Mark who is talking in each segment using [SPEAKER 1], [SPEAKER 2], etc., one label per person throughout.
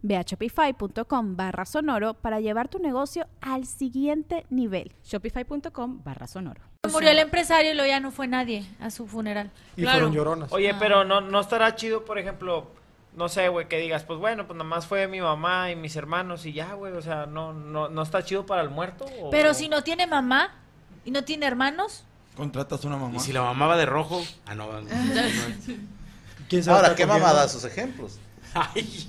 [SPEAKER 1] Ve a shopify.com barra sonoro para llevar tu negocio al siguiente nivel.
[SPEAKER 2] Shopify.com barra sonoro.
[SPEAKER 3] Murió el empresario y luego ya no fue nadie a su funeral.
[SPEAKER 4] Y fueron lloronas.
[SPEAKER 5] Oye, pero no, no estará chido, por ejemplo, no sé, güey, que digas, pues bueno, pues nada más fue mi mamá y mis hermanos y ya, güey, o sea, no, no, no está chido para el muerto. o-
[SPEAKER 6] Oh.
[SPEAKER 3] Pero si no tiene mamá y no tiene hermanos,
[SPEAKER 7] Contratas una mamá.
[SPEAKER 6] Y si la mamá va de rojo. Ah, no. no, no, no.
[SPEAKER 4] ¿Quién sabe
[SPEAKER 8] Ahora,
[SPEAKER 4] está
[SPEAKER 8] qué
[SPEAKER 4] comiendo?
[SPEAKER 8] mamadazos ejemplos.
[SPEAKER 6] Ay,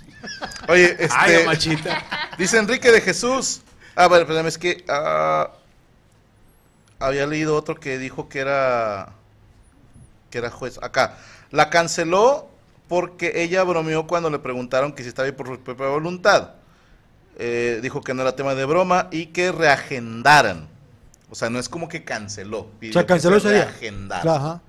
[SPEAKER 8] Oye, este,
[SPEAKER 6] ay, machita.
[SPEAKER 8] dice Enrique de Jesús. Ah, bueno, el problema es que ah, había leído otro que dijo que era que era juez acá. La canceló porque ella bromeó cuando le preguntaron que si estaba ahí por su propia voluntad. Eh, dijo que no era tema de broma y que reagendaran. O sea, no es como que canceló.
[SPEAKER 4] O
[SPEAKER 8] pidió
[SPEAKER 4] sea,
[SPEAKER 8] que
[SPEAKER 4] canceló
[SPEAKER 8] se
[SPEAKER 4] ese día.
[SPEAKER 8] reagendara.
[SPEAKER 4] Claro, ajá.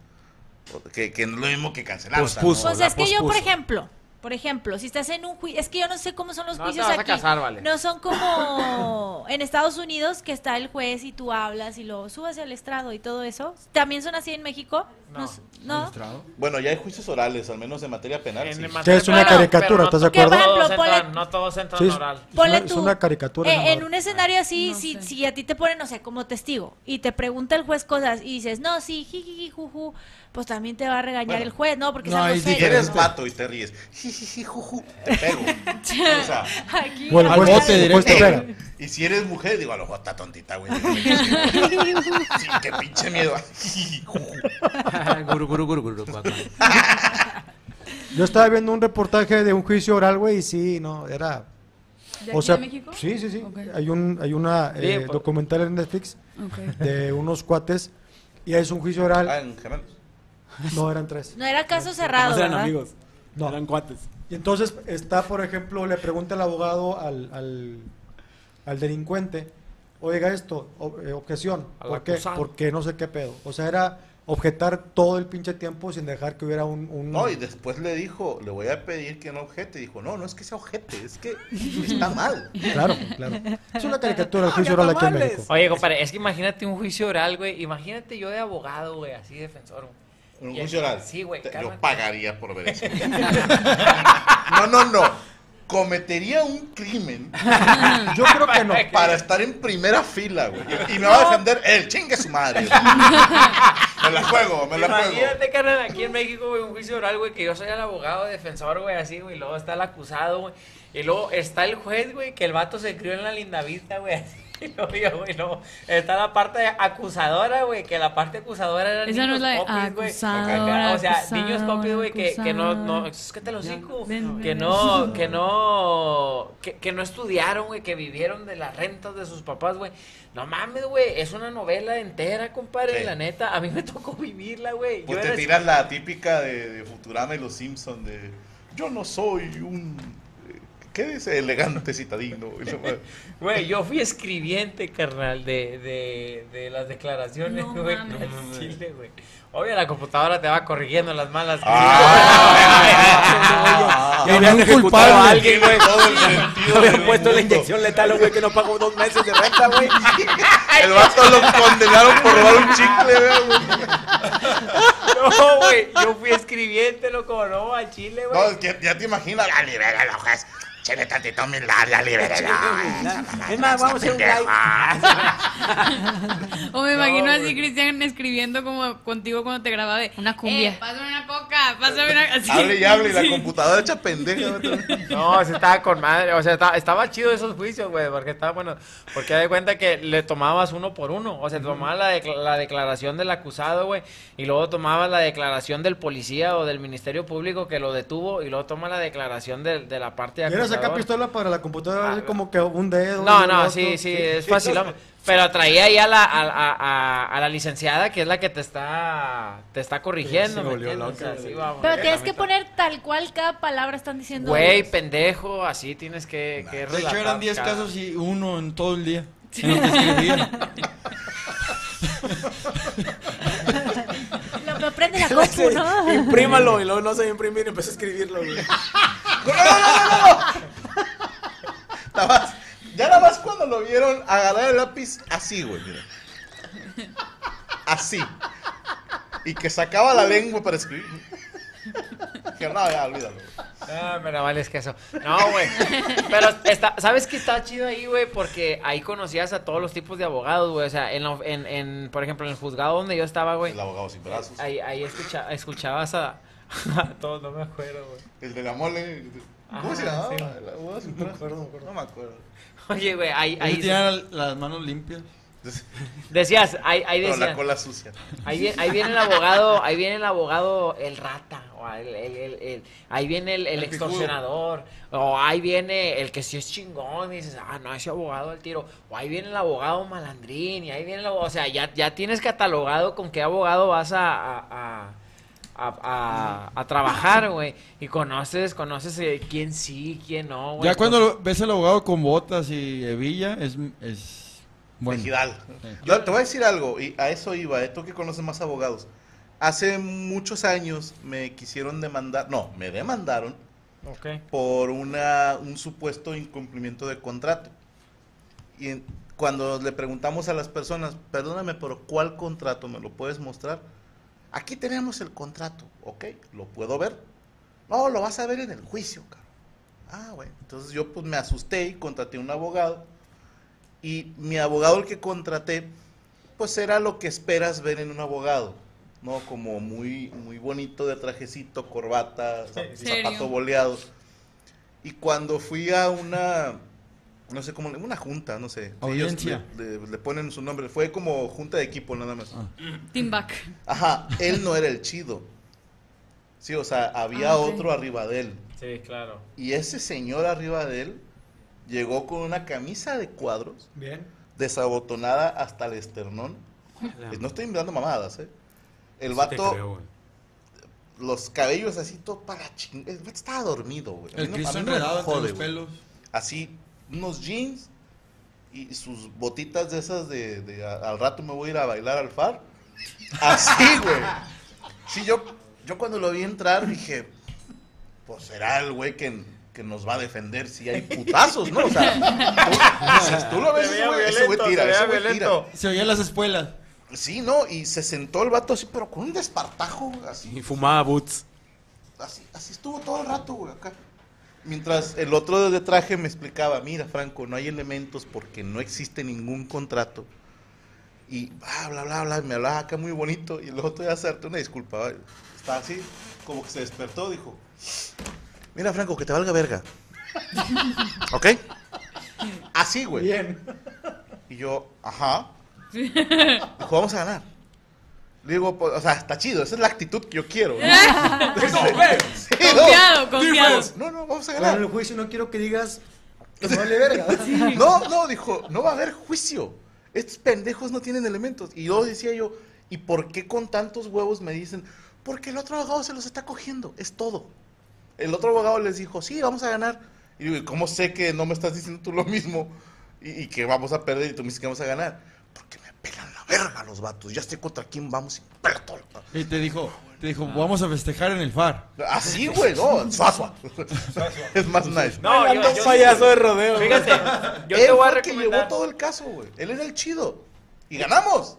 [SPEAKER 8] Que, que no es lo mismo que cancelar. o sea,
[SPEAKER 6] Pospuso.
[SPEAKER 3] pues
[SPEAKER 6] la
[SPEAKER 3] es que yo, por
[SPEAKER 6] pospuso.
[SPEAKER 3] ejemplo, por ejemplo, si estás en un juicio, es que yo no sé cómo son los
[SPEAKER 6] No te
[SPEAKER 3] juicios
[SPEAKER 6] vas a
[SPEAKER 3] aquí.
[SPEAKER 6] casar, vale.
[SPEAKER 3] No son como en Estados Unidos que está el juez y tú hablas y lo subes al estrado y todo eso. ¿También son así en México?
[SPEAKER 5] No.
[SPEAKER 3] Nos- ¿no?
[SPEAKER 7] Ilustrado.
[SPEAKER 8] no. Bueno, ya hay juicios orales, al menos en materia penal.
[SPEAKER 5] En
[SPEAKER 8] sí.
[SPEAKER 5] materia-
[SPEAKER 4] Que es una
[SPEAKER 5] Bueno,
[SPEAKER 4] caricatura,
[SPEAKER 5] pero no
[SPEAKER 4] ¿estás de
[SPEAKER 5] to-
[SPEAKER 4] acuerdo?
[SPEAKER 3] Que, por
[SPEAKER 5] todos
[SPEAKER 3] ejemplo,
[SPEAKER 5] entran-
[SPEAKER 3] ponle-
[SPEAKER 5] No todos entran
[SPEAKER 4] Sí, es-
[SPEAKER 5] oral.
[SPEAKER 3] Ponle
[SPEAKER 4] es
[SPEAKER 3] tú,
[SPEAKER 4] una caricatura,
[SPEAKER 3] eh,
[SPEAKER 4] esa madre.
[SPEAKER 3] en un escenario así,
[SPEAKER 9] No
[SPEAKER 3] si,
[SPEAKER 9] sé.
[SPEAKER 3] si a ti te ponen, no sé, como testigo, y te pregunta el juez cosas y dices, no, sí, jiji, juju, pues también te va a regañar
[SPEAKER 8] Bueno.
[SPEAKER 3] el juez, ¿no? Porque
[SPEAKER 7] No,
[SPEAKER 3] es algo
[SPEAKER 7] es
[SPEAKER 3] serio.
[SPEAKER 8] Si eres
[SPEAKER 7] diferente.
[SPEAKER 8] vato y te ríes, jijiji, juju, te pego. O sea,
[SPEAKER 3] Aquí,
[SPEAKER 4] O el
[SPEAKER 7] Al
[SPEAKER 4] juez,
[SPEAKER 7] bote
[SPEAKER 4] el juez te pega.
[SPEAKER 7] directo.
[SPEAKER 8] pues, y si eres mujer, digo, a lo mejor está tontita, güey. sí, qué pinche miedo. Jijiji, juju.
[SPEAKER 6] guru, guru, guru, guru, cuac, cuac.
[SPEAKER 4] Yo estaba viendo un reportaje de un juicio oral, güey, y sí, no, era...
[SPEAKER 9] ¿De
[SPEAKER 4] O
[SPEAKER 9] aquí
[SPEAKER 4] sea,
[SPEAKER 9] a México?
[SPEAKER 4] sí, sí, sí.
[SPEAKER 9] Ok.
[SPEAKER 4] Hay un hay una eh,
[SPEAKER 5] pues.
[SPEAKER 4] documental en Netflix
[SPEAKER 9] Ok.
[SPEAKER 4] de unos cuates y es un juicio oral.
[SPEAKER 8] Ah, en gemelos.
[SPEAKER 4] No eran tres.
[SPEAKER 3] No era caso cerrado,
[SPEAKER 6] Nomás eran
[SPEAKER 3] ¿verdad?
[SPEAKER 6] amigos.
[SPEAKER 4] No.
[SPEAKER 6] Eran cuates.
[SPEAKER 4] Y entonces está, por ejemplo, le pregunta el abogado al, al, al delincuente, oiga esto, ob- eh, objeción,
[SPEAKER 5] Al
[SPEAKER 4] ¿por qué?
[SPEAKER 5] acusado.
[SPEAKER 4] Porque no sé qué pedo. O sea, era objetar todo el pinche tiempo sin dejar que hubiera un... un-
[SPEAKER 8] No, y después le dijo, le voy a pedir que no objete. Dijo, no, no es que sea ojete, es que está mal.
[SPEAKER 4] Claro, claro. Es una caricatura el juicio oral aquí en México.
[SPEAKER 5] Oye, compadre, es que imagínate un juicio oral, güey. Imagínate yo de abogado, güey, así defensor. güey.
[SPEAKER 8] Un juicio oral.
[SPEAKER 5] Sí, güey,
[SPEAKER 8] Te- Yo
[SPEAKER 5] cálmate.
[SPEAKER 8] pagaría por ver eso. no, no, no. Cometería un crimen
[SPEAKER 4] Yo creo que no.
[SPEAKER 8] para estar en primera fila, güey. Y me va a defender él, chingue su madre. me la juego, me la juego.
[SPEAKER 5] Imagínate, carnal, aquí en México, güey, un juicio oral, güey, que yo soy el abogado defensor, güey, así, güey, y luego está el acusado, güey, y luego está el juez, güey, que el vato se crió en la lindavista, güey, así, y luego, yo, güey, luego está la parte acusadora, güey, que la parte acusadora era
[SPEAKER 9] Esa
[SPEAKER 5] niños
[SPEAKER 9] no es la de
[SPEAKER 5] popis, güey.
[SPEAKER 9] acusadora,
[SPEAKER 5] o sea,
[SPEAKER 9] acusadora,
[SPEAKER 5] niños popis, güey, que, que no, no,
[SPEAKER 9] acusadora.
[SPEAKER 5] es que te lo digo,
[SPEAKER 9] Ven,
[SPEAKER 5] que
[SPEAKER 9] ven,
[SPEAKER 5] no, que no, que, que no estudiaron, güey, que vivieron de las rentas de sus papás, güey, no mames, güey, es una novela entera, compadre,
[SPEAKER 8] Sí.
[SPEAKER 5] la neta, a mí me tocó vivirla, güey, yo
[SPEAKER 8] Pues te
[SPEAKER 5] era-
[SPEAKER 8] tiras la típica de, de Futurama y los Simpsons de yo no soy un eh, ¿qué dice? elegante citadino. Y la madre.
[SPEAKER 5] Güey, yo fui escribiente, carnal, de, de, de las declaraciones,
[SPEAKER 9] No
[SPEAKER 5] güey.
[SPEAKER 9] mames.
[SPEAKER 5] al Chile, güey. Obvio, la computadora te va corrigiendo las malas.
[SPEAKER 8] Ah,
[SPEAKER 6] Ya habían
[SPEAKER 4] culpable.
[SPEAKER 6] ejecutado a alguien,
[SPEAKER 8] Tiene
[SPEAKER 6] güey.
[SPEAKER 8] todo el
[SPEAKER 6] Le
[SPEAKER 8] sentido
[SPEAKER 6] habían
[SPEAKER 8] del
[SPEAKER 6] puesto la
[SPEAKER 8] mundo.
[SPEAKER 6] inyección letal a un güey que no pagó dos meses de renta, güey.
[SPEAKER 8] El vato lo condenaron por robar un chicle, güey.
[SPEAKER 5] No, güey, yo fui escribiente, loco, no, al Chile, güey.
[SPEAKER 8] No, ya, ya te imaginas, la libera la juez. Tiene tantito humildad, ya libérela.
[SPEAKER 6] Es más, vamos a hacer un live.
[SPEAKER 7] O me
[SPEAKER 5] No,
[SPEAKER 7] imagino así,
[SPEAKER 5] güey.
[SPEAKER 7] Cristian, escribiendo como contigo cuando te grababa de
[SPEAKER 9] Una cumbia.
[SPEAKER 7] "Eh, pásame una coca, pásame una. así.
[SPEAKER 8] Hable y hable, y la
[SPEAKER 7] Sí.
[SPEAKER 8] computadora hecha pendeja. güey.
[SPEAKER 5] No, se estaba con madre. O sea, estaba, estaba chido esos juicios, güey. Porque estaba bueno. Porque de cuenta que le tomabas uno por uno. O sea, tomabas la, decla- la declaración del acusado, güey. Y luego tomabas la declaración del policía o del ministerio público que lo detuvo. Y luego toma la declaración del- de, la parte de
[SPEAKER 4] ¿Quieres sacar
[SPEAKER 5] acusador.
[SPEAKER 4] pistola para la computadora?
[SPEAKER 5] Este, Ah,
[SPEAKER 4] así como que un dedo.
[SPEAKER 5] No,
[SPEAKER 4] un
[SPEAKER 5] no,
[SPEAKER 4] otro.
[SPEAKER 5] sí, sí, es fácil. hombre. Pero traía ya la, a, a- a- a la licenciada que es la que te está, te está corrigiendo.
[SPEAKER 6] Sí, se
[SPEAKER 5] ¿me
[SPEAKER 6] volvió
[SPEAKER 5] entiendes?
[SPEAKER 6] loca,
[SPEAKER 5] O sea, sí,
[SPEAKER 6] güey.
[SPEAKER 8] Ah,
[SPEAKER 5] vamos.
[SPEAKER 3] Pero tienes que
[SPEAKER 5] También-
[SPEAKER 3] poner tal cual cada palabra están diciendo.
[SPEAKER 5] Güey,
[SPEAKER 3] ellos.
[SPEAKER 5] pendejo, así tienes que, que
[SPEAKER 6] De hecho,
[SPEAKER 5] relatar
[SPEAKER 6] eran 10
[SPEAKER 5] cada-
[SPEAKER 6] casos y uno en todo el día. En lo que escribían.
[SPEAKER 3] Lo que prende la compu, ¿no?
[SPEAKER 6] Imprímalo y luego no sabía imprimir y empezó a escribirlo, güey.
[SPEAKER 8] Nada más- ya nada más cuando lo vieron agarrar el lápiz, así, güey, mira. Así. Y que sacaba la lengua para escribir. Que no, ya, olvídalo.
[SPEAKER 5] Ah, me la vales queso. No, güey. Pero está, ¿sabes qué está chido ahí, güey? Porque ahí conocías a todos los tipos de abogados, güey. O sea, en, la- en, en, por ejemplo, en el juzgado donde yo estaba, güey.
[SPEAKER 8] El abogado sin brazos.
[SPEAKER 5] Ahí, ahí escucha- escuchabas a, a todos, no me acuerdo, güey.
[SPEAKER 8] El de la mole. ¿Cómo se
[SPEAKER 5] Ajá,
[SPEAKER 8] llamaba?
[SPEAKER 5] sí.
[SPEAKER 8] El abogado sin
[SPEAKER 4] No me
[SPEAKER 8] brazos.
[SPEAKER 4] acuerdo, no me acuerdo.
[SPEAKER 8] No me acuerdo.
[SPEAKER 5] Oye, güey, ahí,
[SPEAKER 6] Ahí
[SPEAKER 5] ahí
[SPEAKER 6] tenían las manos limpias.
[SPEAKER 5] decías, ahí, ahí
[SPEAKER 8] Pero la
[SPEAKER 5] decías.
[SPEAKER 8] cola sucia.
[SPEAKER 5] Ahí viene, ahí viene el abogado, ahí viene el abogado, el rata, o el, el- el- el- ahí viene el, el
[SPEAKER 6] El picudo.
[SPEAKER 5] extorsionador, o ahí viene el que sí es chingón, y dices, ah, no, ese abogado al tiro, o ahí viene el abogado malandrín, y ahí viene el abogado, o sea, ya, ya tienes catalogado con qué abogado vas a... a- a- a- a- a trabajar, güey. Y conoces, conoces eh, quién sí, quién no, güey.
[SPEAKER 6] Ya cuando lo- ves al abogado con botas y hebilla, es. es bueno.
[SPEAKER 8] Ejidal.
[SPEAKER 6] Sí.
[SPEAKER 8] Yo te voy a decir algo, y a eso iba, eh, tú que conoces más abogados. Hace muchos años me quisieron demandar, no, me demandaron
[SPEAKER 5] Ok.
[SPEAKER 8] por una, un supuesto incumplimiento de contrato. Y en- cuando le preguntamos a las personas, perdóname, pero ¿cuál contrato me lo puedes mostrar? Aquí tenemos el contrato, ¿ok? ¿Lo puedo ver? No, lo vas a ver en el juicio, cabrón. Ah, bueno. Entonces yo pues me asusté y contraté un abogado. Y mi abogado, el que contraté, pues era lo que esperas ver en un abogado. ¿No? Como muy, muy bonito de trajecito, corbata, zap-
[SPEAKER 7] serio?
[SPEAKER 8] zapato boleado. Y cuando fui a una, no sé cómo, le- una junta, no sé. Ellos
[SPEAKER 6] Audiencia.
[SPEAKER 8] le, le- le ponen su nombre. Fue como junta de equipo nada más.
[SPEAKER 6] Ah.
[SPEAKER 7] Team back.
[SPEAKER 8] Ajá, él no era el chido. Sí, o sea, había
[SPEAKER 7] Ah, ok.
[SPEAKER 8] otro arriba de él.
[SPEAKER 5] Sí, claro.
[SPEAKER 8] Y ese señor arriba de él llegó con una camisa de cuadros,
[SPEAKER 4] Bien.
[SPEAKER 8] desabotonada hasta el esternón. Eh, No estoy mirando mamadas, ¿eh? El vato, los cabellos así, todo para chingar. El vato estaba dormido, güey. A mí
[SPEAKER 6] El
[SPEAKER 8] no- a
[SPEAKER 6] Cristo
[SPEAKER 8] mí no me
[SPEAKER 6] enredado entre
[SPEAKER 8] jode,
[SPEAKER 6] los
[SPEAKER 8] güey.
[SPEAKER 6] pelos.
[SPEAKER 8] Así, unos jeans y sus botitas de esas de, de a- al rato me voy a ir a bailar al far. Así, güey. Sí, yo, yo cuando lo vi entrar dije, pues será el güey que, que nos va a defender si hay putazos, ¿no? O sea, tú, dices, tú lo ves,
[SPEAKER 5] Se
[SPEAKER 8] ese
[SPEAKER 5] veía
[SPEAKER 8] güey, ese güey
[SPEAKER 5] violento,
[SPEAKER 8] tira,
[SPEAKER 5] se veía
[SPEAKER 8] ese güey tira.
[SPEAKER 5] violento.
[SPEAKER 6] Se oían las espuelas.
[SPEAKER 8] Sí, ¿no? Y se sentó el vato así, pero con un despartajo, así,
[SPEAKER 6] Y fumaba boots.
[SPEAKER 8] Así, así estuvo todo el rato, güey, acá. Mientras el otro de traje me explicaba, mira, Franco, no hay elementos porque no existe ningún contrato. Y bla, bla, bla, bla, y me hablaba acá muy bonito. Y el otro ya se hartó una disculpa. va, Estaba así, como que se despertó, dijo, mira, Franco, que te valga verga. ¿Ok? Así, güey.
[SPEAKER 4] Bien.
[SPEAKER 8] Y yo, ajá. Dijo, vamos a ganar. Le digo, pues, o sea, está chido, esa es la actitud que yo quiero. ¿no? Sí, no.
[SPEAKER 7] Confiado, confiado.
[SPEAKER 8] No, no, vamos a
[SPEAKER 4] Ahora en el
[SPEAKER 8] ganar.
[SPEAKER 4] juicio no quiero que digas. que me vale verga.
[SPEAKER 8] No, no, dijo, no va a haber juicio. Estos pendejos no tienen elementos. Y yo decía yo, ¿y por qué con tantos huevos me dicen? Porque el otro abogado se los está cogiendo, es todo. El otro abogado les dijo, sí, vamos a ganar. Y digo, "¿Y cómo sé que no me estás diciendo tú lo mismo? Y, y que vamos a perder y tú me dices que vamos a ganar. Porque me pelan la verga los vatos. Ya sé contra quién vamos y me pela todo el- Ah,
[SPEAKER 6] Y te dijo, te dijo, vamos a festejar en el far.
[SPEAKER 8] Así, güey, no, suazua. es más nice.
[SPEAKER 5] No, yo- yo-
[SPEAKER 6] de rodeo.
[SPEAKER 5] Fíjate, yo
[SPEAKER 8] él
[SPEAKER 5] te voy a
[SPEAKER 8] fue el que llevó
[SPEAKER 5] recomendar.
[SPEAKER 8] todo el caso, güey. Él era el chido. Y ganamos.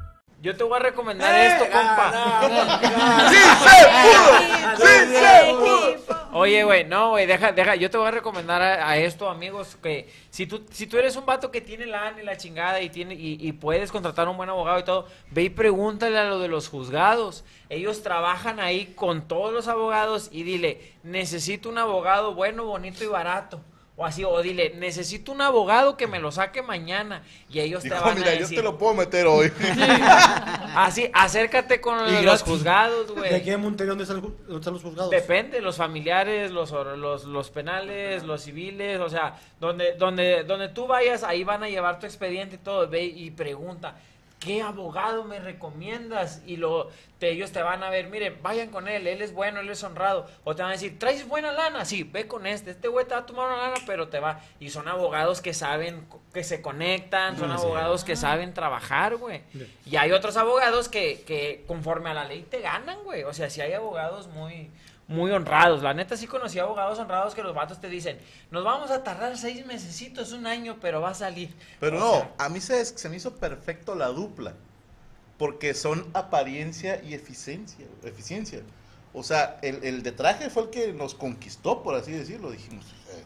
[SPEAKER 5] Yo te voy a recomendar
[SPEAKER 4] Eh,
[SPEAKER 10] Eh,
[SPEAKER 5] esto,
[SPEAKER 10] ah,
[SPEAKER 5] compa. Oye, güey, no, güey, deja, deja, yo te voy a recomendar a, a esto, amigos, que si tú, si tú eres un vato que tiene lana y la chingada y tiene, y, y puedes contratar a un buen abogado y todo, ve y pregúntale a lo de los juzgados. Ellos trabajan ahí con todos los abogados y dile, necesito un abogado bueno, bonito y barato. O así, o dile, necesito un abogado que me lo saque mañana. Y ellos te
[SPEAKER 8] Dijo,
[SPEAKER 5] van a
[SPEAKER 8] mira, yo
[SPEAKER 5] decir,
[SPEAKER 8] te lo puedo meter hoy.
[SPEAKER 5] así, acércate con
[SPEAKER 6] Y
[SPEAKER 5] los
[SPEAKER 6] gratis.
[SPEAKER 5] juzgados, güey.
[SPEAKER 4] ¿De aquí en Monterrey dónde están los- dónde están los juzgados?
[SPEAKER 5] Depende, los familiares, los, or- los, los penales, los civiles, o sea, donde, donde, donde tú vayas, ahí van a llevar tu expediente y todo, ve y pregunta, ¿qué abogado me recomiendas? Y lo, te- ellos te van a ver, miren, vayan con él, él es bueno, él es honrado, o te van a decir, ¿traes buena lana? Sí, ve con este, este güey te va a tomar una lana, pero te va, y son abogados que saben, co- que se conectan, son abogados que saben trabajar, güey. Y hay otros abogados que, que conforme a la ley te ganan, güey, o sea, si hay abogados muy muy honrados. La neta sí conocí abogados honrados que los vatos te dicen, nos vamos a tardar seis mesecitos, un año, pero va a salir.
[SPEAKER 8] Pero
[SPEAKER 5] O
[SPEAKER 8] no,
[SPEAKER 5] sea,
[SPEAKER 8] a mí se, se me hizo perfecto la dupla. Porque son apariencia y eficiencia. eficiencia. O sea, el, el de traje fue el que nos conquistó, por así decirlo. Dijimos, eh,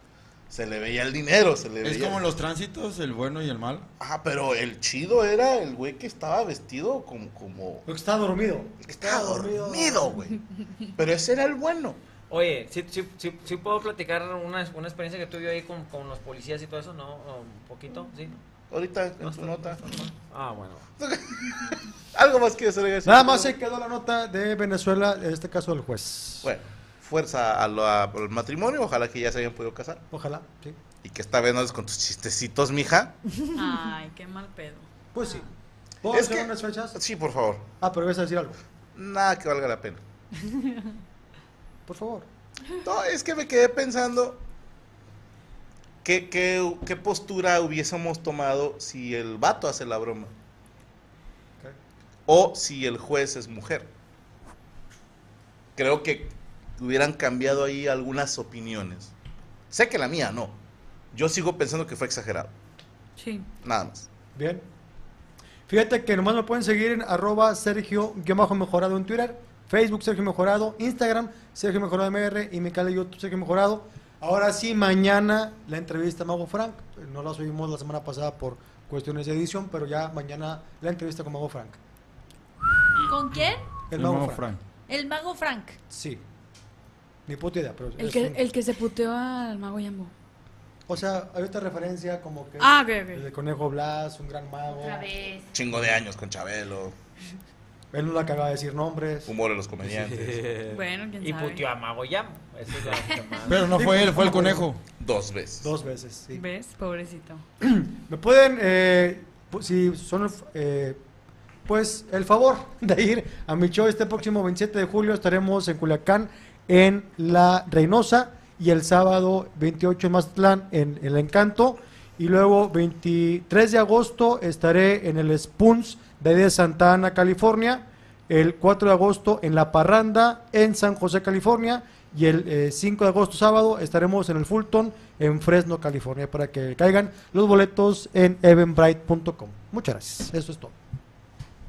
[SPEAKER 8] se le veía el dinero, se le veía.
[SPEAKER 6] Es como en los tránsitos, el bueno y el mal.
[SPEAKER 8] Ah, pero el chido era el güey que estaba vestido como. como...
[SPEAKER 4] Lo que está dormido.
[SPEAKER 8] el que Estaba dormido, güey. Pero ese era el bueno.
[SPEAKER 5] Oye, sí, sí, sí, sí puedo platicar una, una experiencia que tuve yo ahí con, con los policías y todo eso, ¿no? Un poquito, ¿sí?
[SPEAKER 8] Ahorita,
[SPEAKER 5] No
[SPEAKER 8] en su
[SPEAKER 5] está-
[SPEAKER 8] nota.
[SPEAKER 5] Ah, bueno.
[SPEAKER 8] Algo más que hacer.
[SPEAKER 4] Nada más eh, se quedó la nota de Venezuela, en este caso del juez.
[SPEAKER 8] Bueno, fuerza a lo- a- al matrimonio. Ojalá que ya se hayan podido casar.
[SPEAKER 4] Ojalá, sí.
[SPEAKER 8] Y que esta vez no andes con tus chistecitos, mija.
[SPEAKER 7] Ay, qué mal pedo.
[SPEAKER 4] Pues sí. ¿Puedo
[SPEAKER 8] Ah. Es
[SPEAKER 4] hacer
[SPEAKER 8] que-
[SPEAKER 4] unas fechas?
[SPEAKER 8] Sí, por favor.
[SPEAKER 4] Ah, pero ibas a decir algo.
[SPEAKER 8] Nada que valga la pena.
[SPEAKER 4] Por favor.
[SPEAKER 8] No, es que me quedé pensando qué, qué- qué postura hubiésemos tomado si el vato hace la broma.
[SPEAKER 4] Ok.
[SPEAKER 8] O si el juez es mujer. Creo que hubieran cambiado ahí algunas opiniones. Sé que la mía no. Yo sigo pensando que fue exagerado.
[SPEAKER 7] Sí.
[SPEAKER 8] Nada más.
[SPEAKER 4] Bien. Fíjate que nomás me pueden seguir en arroba Sergio-Mejorado en Twitter, Facebook Sergio Mejorado, Instagram Sergio Mejorado MR y mi canal de YouTube Sergio Mejorado. Ahora sí, mañana la entrevista a Mago Frank. No la subimos la semana pasada por cuestiones de edición, pero ya mañana la entrevista con Mago Frank.
[SPEAKER 3] ¿Con quién?
[SPEAKER 4] El Mago Frank.
[SPEAKER 3] El mago Frank.
[SPEAKER 4] Sí. Ni puta idea, pero...
[SPEAKER 7] El
[SPEAKER 4] es
[SPEAKER 7] que,
[SPEAKER 4] un-
[SPEAKER 7] el que se puteó al mago Yambo.
[SPEAKER 4] O sea, hay otra referencia como que...
[SPEAKER 7] Ah, ok, ok.
[SPEAKER 4] El de Conejo Blas, un gran mago.
[SPEAKER 3] vez.
[SPEAKER 8] Chingo de años con Chabelo,
[SPEAKER 4] Él no le acaba de decir nombres.
[SPEAKER 8] humor de los comediantes.
[SPEAKER 7] Bueno, quién
[SPEAKER 5] Y
[SPEAKER 7] sabe.
[SPEAKER 5] puteó a Mago Yamo. Eso es lo que más-
[SPEAKER 6] Pero no fue él, fue el conejo.
[SPEAKER 8] Dos veces.
[SPEAKER 4] Dos veces, sí.
[SPEAKER 7] ¿Ves? Pobrecito.
[SPEAKER 4] Me pueden, eh, pu- si son, eh, pues, el favor de ir a mi show este próximo 27 de julio. Estaremos en Culiacán, en La Reynosa, y el sábado 28 en Mazatlán, en El Encanto. Y luego 23 de agosto estaré en el Spoons de, ahí de Santa Ana, California. El 4 de agosto en La Parranda, en San José, California. Y el eh, 5 de agosto, sábado, estaremos en el Fulton, en Fresno, California, para que caigan los boletos en eventbrite.com. Muchas gracias. Eso es todo.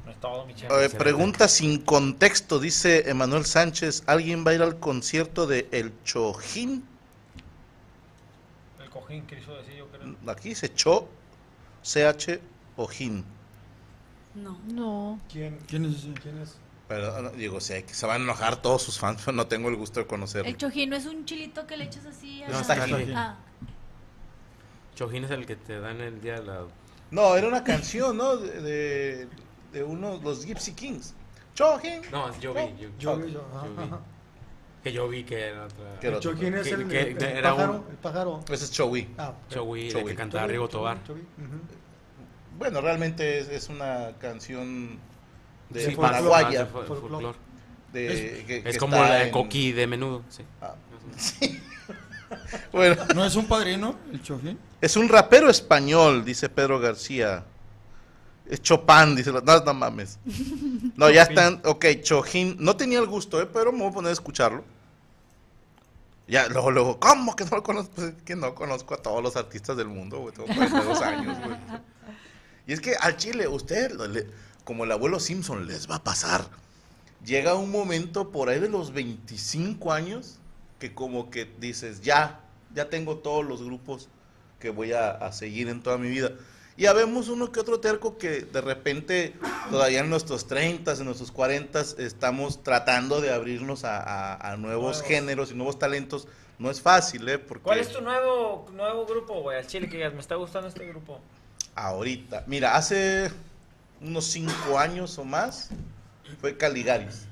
[SPEAKER 5] No es todo, Michelle.
[SPEAKER 8] Eh, pregunta sin contexto, dice Emanuel Sánchez. ¿Alguien va a ir al concierto de El Chojín?
[SPEAKER 5] El cojín quiso decir, yo creo.
[SPEAKER 8] Aquí dice Cho, CH, Ojín.
[SPEAKER 7] No.
[SPEAKER 1] No.
[SPEAKER 4] ¿Quién,
[SPEAKER 6] ¿Quién es ese?
[SPEAKER 4] es?
[SPEAKER 8] Pero, ah, digo, sé que se van a enojar todos sus fans, pero no tengo el gusto de conocerlo.
[SPEAKER 3] El chojino es un chilito que le echas así. a
[SPEAKER 8] No,
[SPEAKER 3] la-
[SPEAKER 8] está aquí.
[SPEAKER 6] Está
[SPEAKER 3] Ah,
[SPEAKER 11] Chojín es el que te dan el día de la...
[SPEAKER 8] No, era una canción, ¿no? De, de, de uno, los Gypsy Kings. Chojín.
[SPEAKER 11] No, yo vi, yo,
[SPEAKER 4] Yo,
[SPEAKER 8] Ok,
[SPEAKER 4] yo, ajá,
[SPEAKER 11] yo vi.
[SPEAKER 4] ajá.
[SPEAKER 11] Que yo vi que era otra...
[SPEAKER 8] Que era-
[SPEAKER 4] Yo, ¿Quién es
[SPEAKER 11] Que-
[SPEAKER 4] el,
[SPEAKER 11] que
[SPEAKER 4] el- el
[SPEAKER 11] era un-
[SPEAKER 4] pájaro? El pájaro.
[SPEAKER 8] Ese es Chowi.
[SPEAKER 4] Ah,
[SPEAKER 11] Chogui, el
[SPEAKER 8] Chogui.
[SPEAKER 11] que cantaba
[SPEAKER 4] Yo vi,
[SPEAKER 11] Rigo
[SPEAKER 4] yo vi,
[SPEAKER 11] Tobar.
[SPEAKER 4] yo vi, ujú.
[SPEAKER 8] Bueno, realmente es, es una canción de
[SPEAKER 11] Sí, folclor, ah,
[SPEAKER 8] Paraguaya.
[SPEAKER 11] de fol- folclor.
[SPEAKER 8] De-
[SPEAKER 11] es
[SPEAKER 8] que-
[SPEAKER 11] es
[SPEAKER 8] que
[SPEAKER 11] como
[SPEAKER 8] está
[SPEAKER 11] la de
[SPEAKER 8] en- Ah,
[SPEAKER 11] Coqui de menudo. Sí.
[SPEAKER 8] Bueno.
[SPEAKER 6] ¿No es un padrino el Chofín?
[SPEAKER 8] Es un rapero español, dice Pedro García. Es Chopin, dice. la- No, no mames. No, ya están. Ok, Chojín. No tenía el gusto, eh, pero me voy a poner a escucharlo. Ya, luego, luego, ¿cómo que no lo conozco? Pues es que no conozco a todos los artistas del mundo, güey. Tengo 42 años, güey. Y es que al chile, usted, lo- le- como el abuelo Simpson, les va a pasar. Llega un momento por ahí de los 25 años que como que dices, ya, ya tengo todos los grupos que voy a, a seguir en toda mi vida. Y habemos uno que otro terco que de repente, todavía en nuestros 30, en nuestros 40, estamos tratando de abrirnos a, a- a nuevos
[SPEAKER 5] Nuevos.
[SPEAKER 8] géneros y nuevos talentos. No es fácil, ¿eh? Porque
[SPEAKER 5] ¿Cuál es tu nuevo, nuevo grupo, güey? Al chile que digas, me está gustando este grupo.
[SPEAKER 8] ahorita, mira, hace unos 5 años o más, fue Caligaris.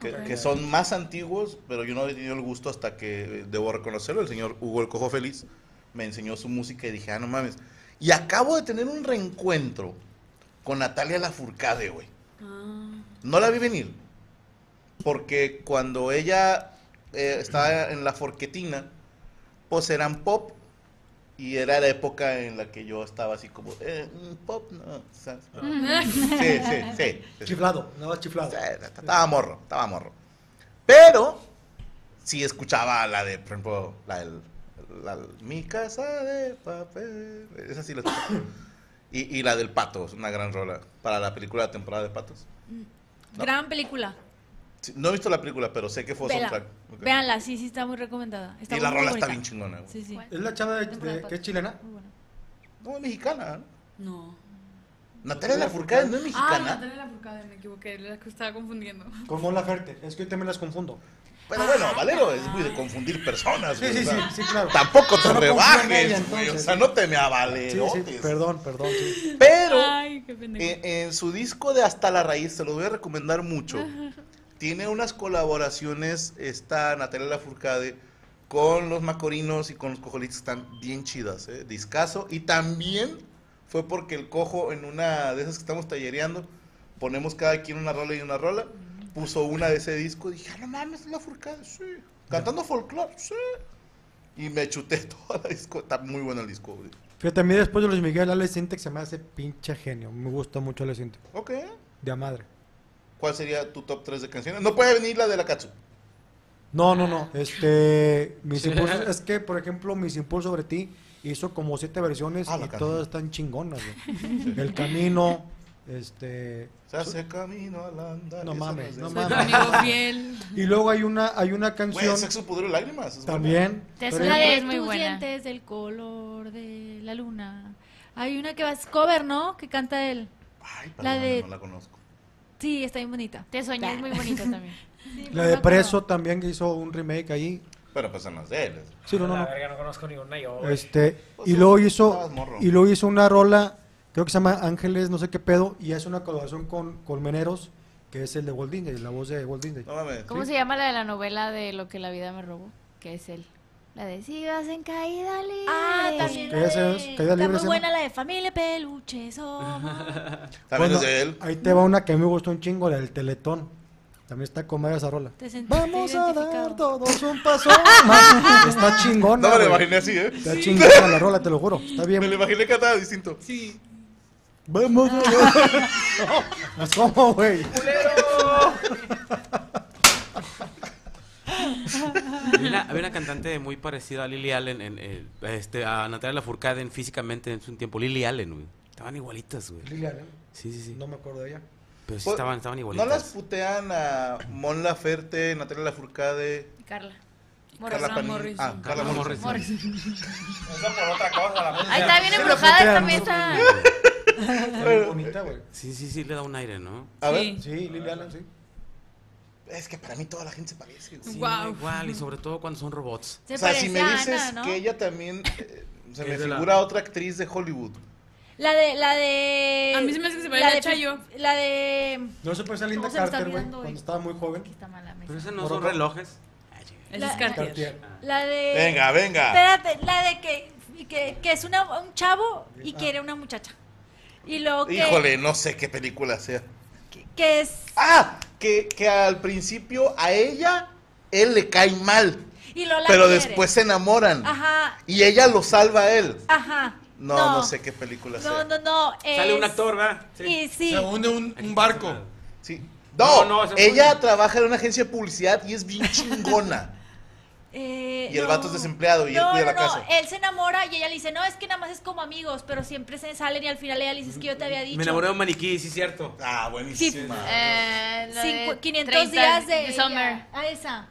[SPEAKER 8] Que,
[SPEAKER 5] Ok.
[SPEAKER 8] que son más antiguos, pero yo no había tenido el gusto hasta que, eh, debo reconocerlo, el señor Hugo El Cojo Feliz me enseñó su música y dije, ah, no mames. Y acabo de tener un reencuentro con Natalia Lafourcade, güey. No la vi venir. Porque cuando ella eh, estaba en la forquetina, pues eran pop. Y era la época en la que yo estaba así como, eh, mm, pop, no. ¿sabes? Sí, sí, sí, sí.
[SPEAKER 4] Chiflado, andaba chiflado.
[SPEAKER 8] Estaba morro, estaba morro. Pero sí escuchaba la de, por ejemplo, la del. la- mi casa de papel. Esa sí la escuchaba. Y, y la del pato, es una gran rola. Para la película de temporada de patos.
[SPEAKER 3] Gran película.
[SPEAKER 8] Sí, no he visto la película, pero sé que fue
[SPEAKER 3] Vela.
[SPEAKER 8] soundtrack. Ok.
[SPEAKER 3] Véanla, sí, sí, está muy recomendada. Está
[SPEAKER 8] Y la
[SPEAKER 3] muy
[SPEAKER 8] rola
[SPEAKER 3] bonita.
[SPEAKER 8] está bien chingona, güey.
[SPEAKER 3] Sí, sí.
[SPEAKER 4] ¿Es la chava de- de- que es chilena?
[SPEAKER 8] No, es mexicana.
[SPEAKER 7] No.
[SPEAKER 8] Natalia Lafourcade no es
[SPEAKER 7] Ah,
[SPEAKER 8] mexicana.
[SPEAKER 7] Natalia Lafourcade, me equivoqué, la que estaba confundiendo.
[SPEAKER 4] Con Mon Laferte. Es que yo también las confundo.
[SPEAKER 8] Pero bueno,
[SPEAKER 3] Ah,
[SPEAKER 8] Valero es muy de confundir personas,
[SPEAKER 4] Sí,
[SPEAKER 8] güey.
[SPEAKER 4] sí,
[SPEAKER 8] o sea,
[SPEAKER 4] sí, sí, claro.
[SPEAKER 8] Tampoco te
[SPEAKER 4] No confío en
[SPEAKER 8] rebajes,
[SPEAKER 4] ella,
[SPEAKER 8] güey. O
[SPEAKER 4] entonces.
[SPEAKER 8] sea, no te me
[SPEAKER 4] Sí,
[SPEAKER 8] avalerotes.
[SPEAKER 4] sí, perdón, perdón. sí.
[SPEAKER 8] Pero
[SPEAKER 7] Ay, qué pendejo.
[SPEAKER 8] en, en su disco de Hasta la Raíz, se lo voy a recomendar mucho. Tiene unas colaboraciones, está Natalia Lafourcade con los Macorinos y con los Cojolitos, están bien chidas, ¿eh? discaso. Y también fue porque el Cojo, en una de esas que estamos tallereando, ponemos cada quien una rola y una rola, puso una de ese disco, dije, ah, no mames, Lafourcade, sí. Cantando folclore, sí. Y me chuté todo el disco, está muy bueno el disco. güey.
[SPEAKER 4] Fíjate, a mí después de Luis Miguel, Alex Intec se me hace pinche genio. Me gusta mucho Alex Intec.
[SPEAKER 8] Ok.
[SPEAKER 4] De a madre.
[SPEAKER 8] ¿Cuál sería tu top 3 de canciones? No puede venir la de la Katsu.
[SPEAKER 4] No, no, no. Este, mis impulsos, es que, por ejemplo, mis impulsos sobre ti hizo como siete versiones
[SPEAKER 8] Ah,
[SPEAKER 4] y
[SPEAKER 8] la canción.
[SPEAKER 4] todas están chingonas. güey. El camino, este,
[SPEAKER 8] Se hace camino al andar.
[SPEAKER 4] no
[SPEAKER 8] Esa
[SPEAKER 4] mames,
[SPEAKER 8] es
[SPEAKER 4] no
[SPEAKER 8] esa.
[SPEAKER 4] mames.
[SPEAKER 7] Amigo fiel.
[SPEAKER 4] Y luego hay una, hay una
[SPEAKER 8] Güey,
[SPEAKER 4] canción
[SPEAKER 8] sexo, pudor y lágrimas. es
[SPEAKER 4] también.
[SPEAKER 3] Te
[SPEAKER 4] pero-
[SPEAKER 3] suena de
[SPEAKER 7] es muy
[SPEAKER 3] tus
[SPEAKER 7] buena.
[SPEAKER 3] dientes del color de la luna. Hay una que va, es cover, ¿no? Que canta él.
[SPEAKER 8] buena. Ay,
[SPEAKER 3] La
[SPEAKER 8] la
[SPEAKER 3] de-
[SPEAKER 8] de... no la conozco.
[SPEAKER 3] Sí, está bien bonita.
[SPEAKER 12] Te soñé, es muy bonito también.
[SPEAKER 4] la de Preso también hizo un remake ahí.
[SPEAKER 8] Pero pues en las de él.
[SPEAKER 4] Sí, no, no,
[SPEAKER 5] La
[SPEAKER 4] no.
[SPEAKER 5] verga, no conozco ninguna yo, güey.
[SPEAKER 4] Este,
[SPEAKER 8] Pues
[SPEAKER 4] y
[SPEAKER 8] tú
[SPEAKER 4] luego hizo
[SPEAKER 8] estabas morro.
[SPEAKER 4] y luego hizo una rola, creo que se llama Ángeles, no sé qué pedo, y hace una colaboración con, con Meneros, que es el de Walt Disney, la voz de Walt Disney.
[SPEAKER 8] No mames.
[SPEAKER 12] ¿Cómo se llama la de la novela de Lo que la vida me robó? Que es él. La de Si vas en caída libre.
[SPEAKER 3] Ah, también.
[SPEAKER 4] que
[SPEAKER 3] la
[SPEAKER 4] esa
[SPEAKER 3] de-
[SPEAKER 4] es- Caída
[SPEAKER 3] está
[SPEAKER 4] Libre
[SPEAKER 3] muy
[SPEAKER 4] se
[SPEAKER 3] buena la de Familia oh. Peluche, somos.
[SPEAKER 8] También
[SPEAKER 4] Bueno,
[SPEAKER 8] es de él.
[SPEAKER 4] Ahí te va una que a mí me gustó un chingo, la del Teletón. También está con madre esa rola.
[SPEAKER 3] Te sentiste
[SPEAKER 4] Vamos a dar
[SPEAKER 3] identificado.
[SPEAKER 4] todos un paso más. Está
[SPEAKER 8] No
[SPEAKER 4] chingona.
[SPEAKER 8] me lo
[SPEAKER 4] güey.
[SPEAKER 8] imaginé así, ¿eh?
[SPEAKER 4] Está chingona la rola, te lo juro. Está
[SPEAKER 8] Me lo
[SPEAKER 4] bien.
[SPEAKER 8] imaginé cantado distinto.
[SPEAKER 7] Sí.
[SPEAKER 4] Vamos a dar. No, ¿Cómo, güey?
[SPEAKER 11] Había una, había una cantante muy parecida a Lily Allen, en, eh, este, a Natalia Lafourcade en físicamente en su tiempo. Lily Allen, güey. Estaban igualitas, güey.
[SPEAKER 4] Liliana,
[SPEAKER 11] Sí, sí, sí.
[SPEAKER 4] no me acuerdo de ella.
[SPEAKER 11] Pero sí Pues estaban, estaban
[SPEAKER 8] Pues, ¿No
[SPEAKER 11] igualitas.
[SPEAKER 8] las putean a Mon Laferte, Natalia Lafourcade,
[SPEAKER 12] Carla.
[SPEAKER 8] Carla
[SPEAKER 12] Morrison.
[SPEAKER 8] Panini?
[SPEAKER 7] Morrison.
[SPEAKER 8] Ah, Carla
[SPEAKER 11] Carla
[SPEAKER 8] Morrison.
[SPEAKER 12] Morrison.
[SPEAKER 5] Eso por otra cosa, la
[SPEAKER 12] Ahí está bien
[SPEAKER 4] Sí la
[SPEAKER 12] embrujada esta
[SPEAKER 4] putean,
[SPEAKER 12] mesa.
[SPEAKER 4] Está bien bonita, güey.
[SPEAKER 11] Sí, sí, sí, le da un aire, ¿no?
[SPEAKER 8] A ver,
[SPEAKER 7] Sí.
[SPEAKER 4] Sí, Liliana, sí.
[SPEAKER 8] es que para mí toda la gente se parece. güey.
[SPEAKER 11] Sí,
[SPEAKER 7] Guau.
[SPEAKER 11] Igual, y sobre todo cuando son robots.
[SPEAKER 3] Se
[SPEAKER 8] O sea, si me
[SPEAKER 3] parece a
[SPEAKER 8] dices
[SPEAKER 3] Ana, ¿no?
[SPEAKER 8] que ella también eh, se me
[SPEAKER 11] Es de la-
[SPEAKER 8] figura a otra actriz de Hollywood.
[SPEAKER 3] La de, la de.
[SPEAKER 7] A mí se me hace que se
[SPEAKER 3] la
[SPEAKER 7] parece a
[SPEAKER 3] de-
[SPEAKER 7] Chayo.
[SPEAKER 3] La de.
[SPEAKER 4] No se parece a Linda
[SPEAKER 3] No, se me está
[SPEAKER 4] Carter, güey,
[SPEAKER 3] olvidando,
[SPEAKER 4] cuando
[SPEAKER 3] güey.
[SPEAKER 4] estaba muy joven.
[SPEAKER 12] Aquí está mala
[SPEAKER 11] Pero
[SPEAKER 12] mesa.
[SPEAKER 11] esos no son relojes.
[SPEAKER 7] Ese
[SPEAKER 3] La-
[SPEAKER 7] es Cartier.
[SPEAKER 4] Cartier.
[SPEAKER 3] La de.
[SPEAKER 8] Venga, venga.
[SPEAKER 3] Espérate, la de que, que, que es una, un
[SPEAKER 8] Ah.
[SPEAKER 3] chavo y quiere una muchacha. Y luego que.
[SPEAKER 8] Híjole, no sé qué película sea.
[SPEAKER 3] que- Que es.
[SPEAKER 8] Ah, que, que al principio a ella, él le cae mal.
[SPEAKER 3] Y Lola
[SPEAKER 8] pero
[SPEAKER 3] quiere.
[SPEAKER 8] después se enamoran.
[SPEAKER 3] Ajá,
[SPEAKER 8] Y ella lo salva a él.
[SPEAKER 3] ajá.
[SPEAKER 8] No, no, sé qué película
[SPEAKER 3] No,
[SPEAKER 8] sea.
[SPEAKER 3] no, no.
[SPEAKER 8] Sale un
[SPEAKER 3] es-
[SPEAKER 8] actor, ¿verdad? Sí.
[SPEAKER 3] Y sí.
[SPEAKER 8] Se hunde
[SPEAKER 6] un, barco.
[SPEAKER 8] Sí. No, ella trabaja en una agencia de publicidad y es bien chingona.
[SPEAKER 3] Eh,
[SPEAKER 8] y el
[SPEAKER 3] no.
[SPEAKER 8] vato es desempleado y él
[SPEAKER 3] No,
[SPEAKER 8] cuida
[SPEAKER 3] no,
[SPEAKER 8] la casa.
[SPEAKER 3] no, él se enamora y ella le dice, no, es que nada más es como amigos, pero siempre se salen y al final ella le dice, es que yo te había dicho.
[SPEAKER 11] Me enamoré de un maniquí, sí, cierto.
[SPEAKER 8] Ah, buenísima.
[SPEAKER 12] Eh, lo
[SPEAKER 3] Cincu-
[SPEAKER 12] de
[SPEAKER 3] 500
[SPEAKER 12] 30
[SPEAKER 3] días de...
[SPEAKER 12] de
[SPEAKER 3] ella.
[SPEAKER 12] summer.
[SPEAKER 3] Ah, esa.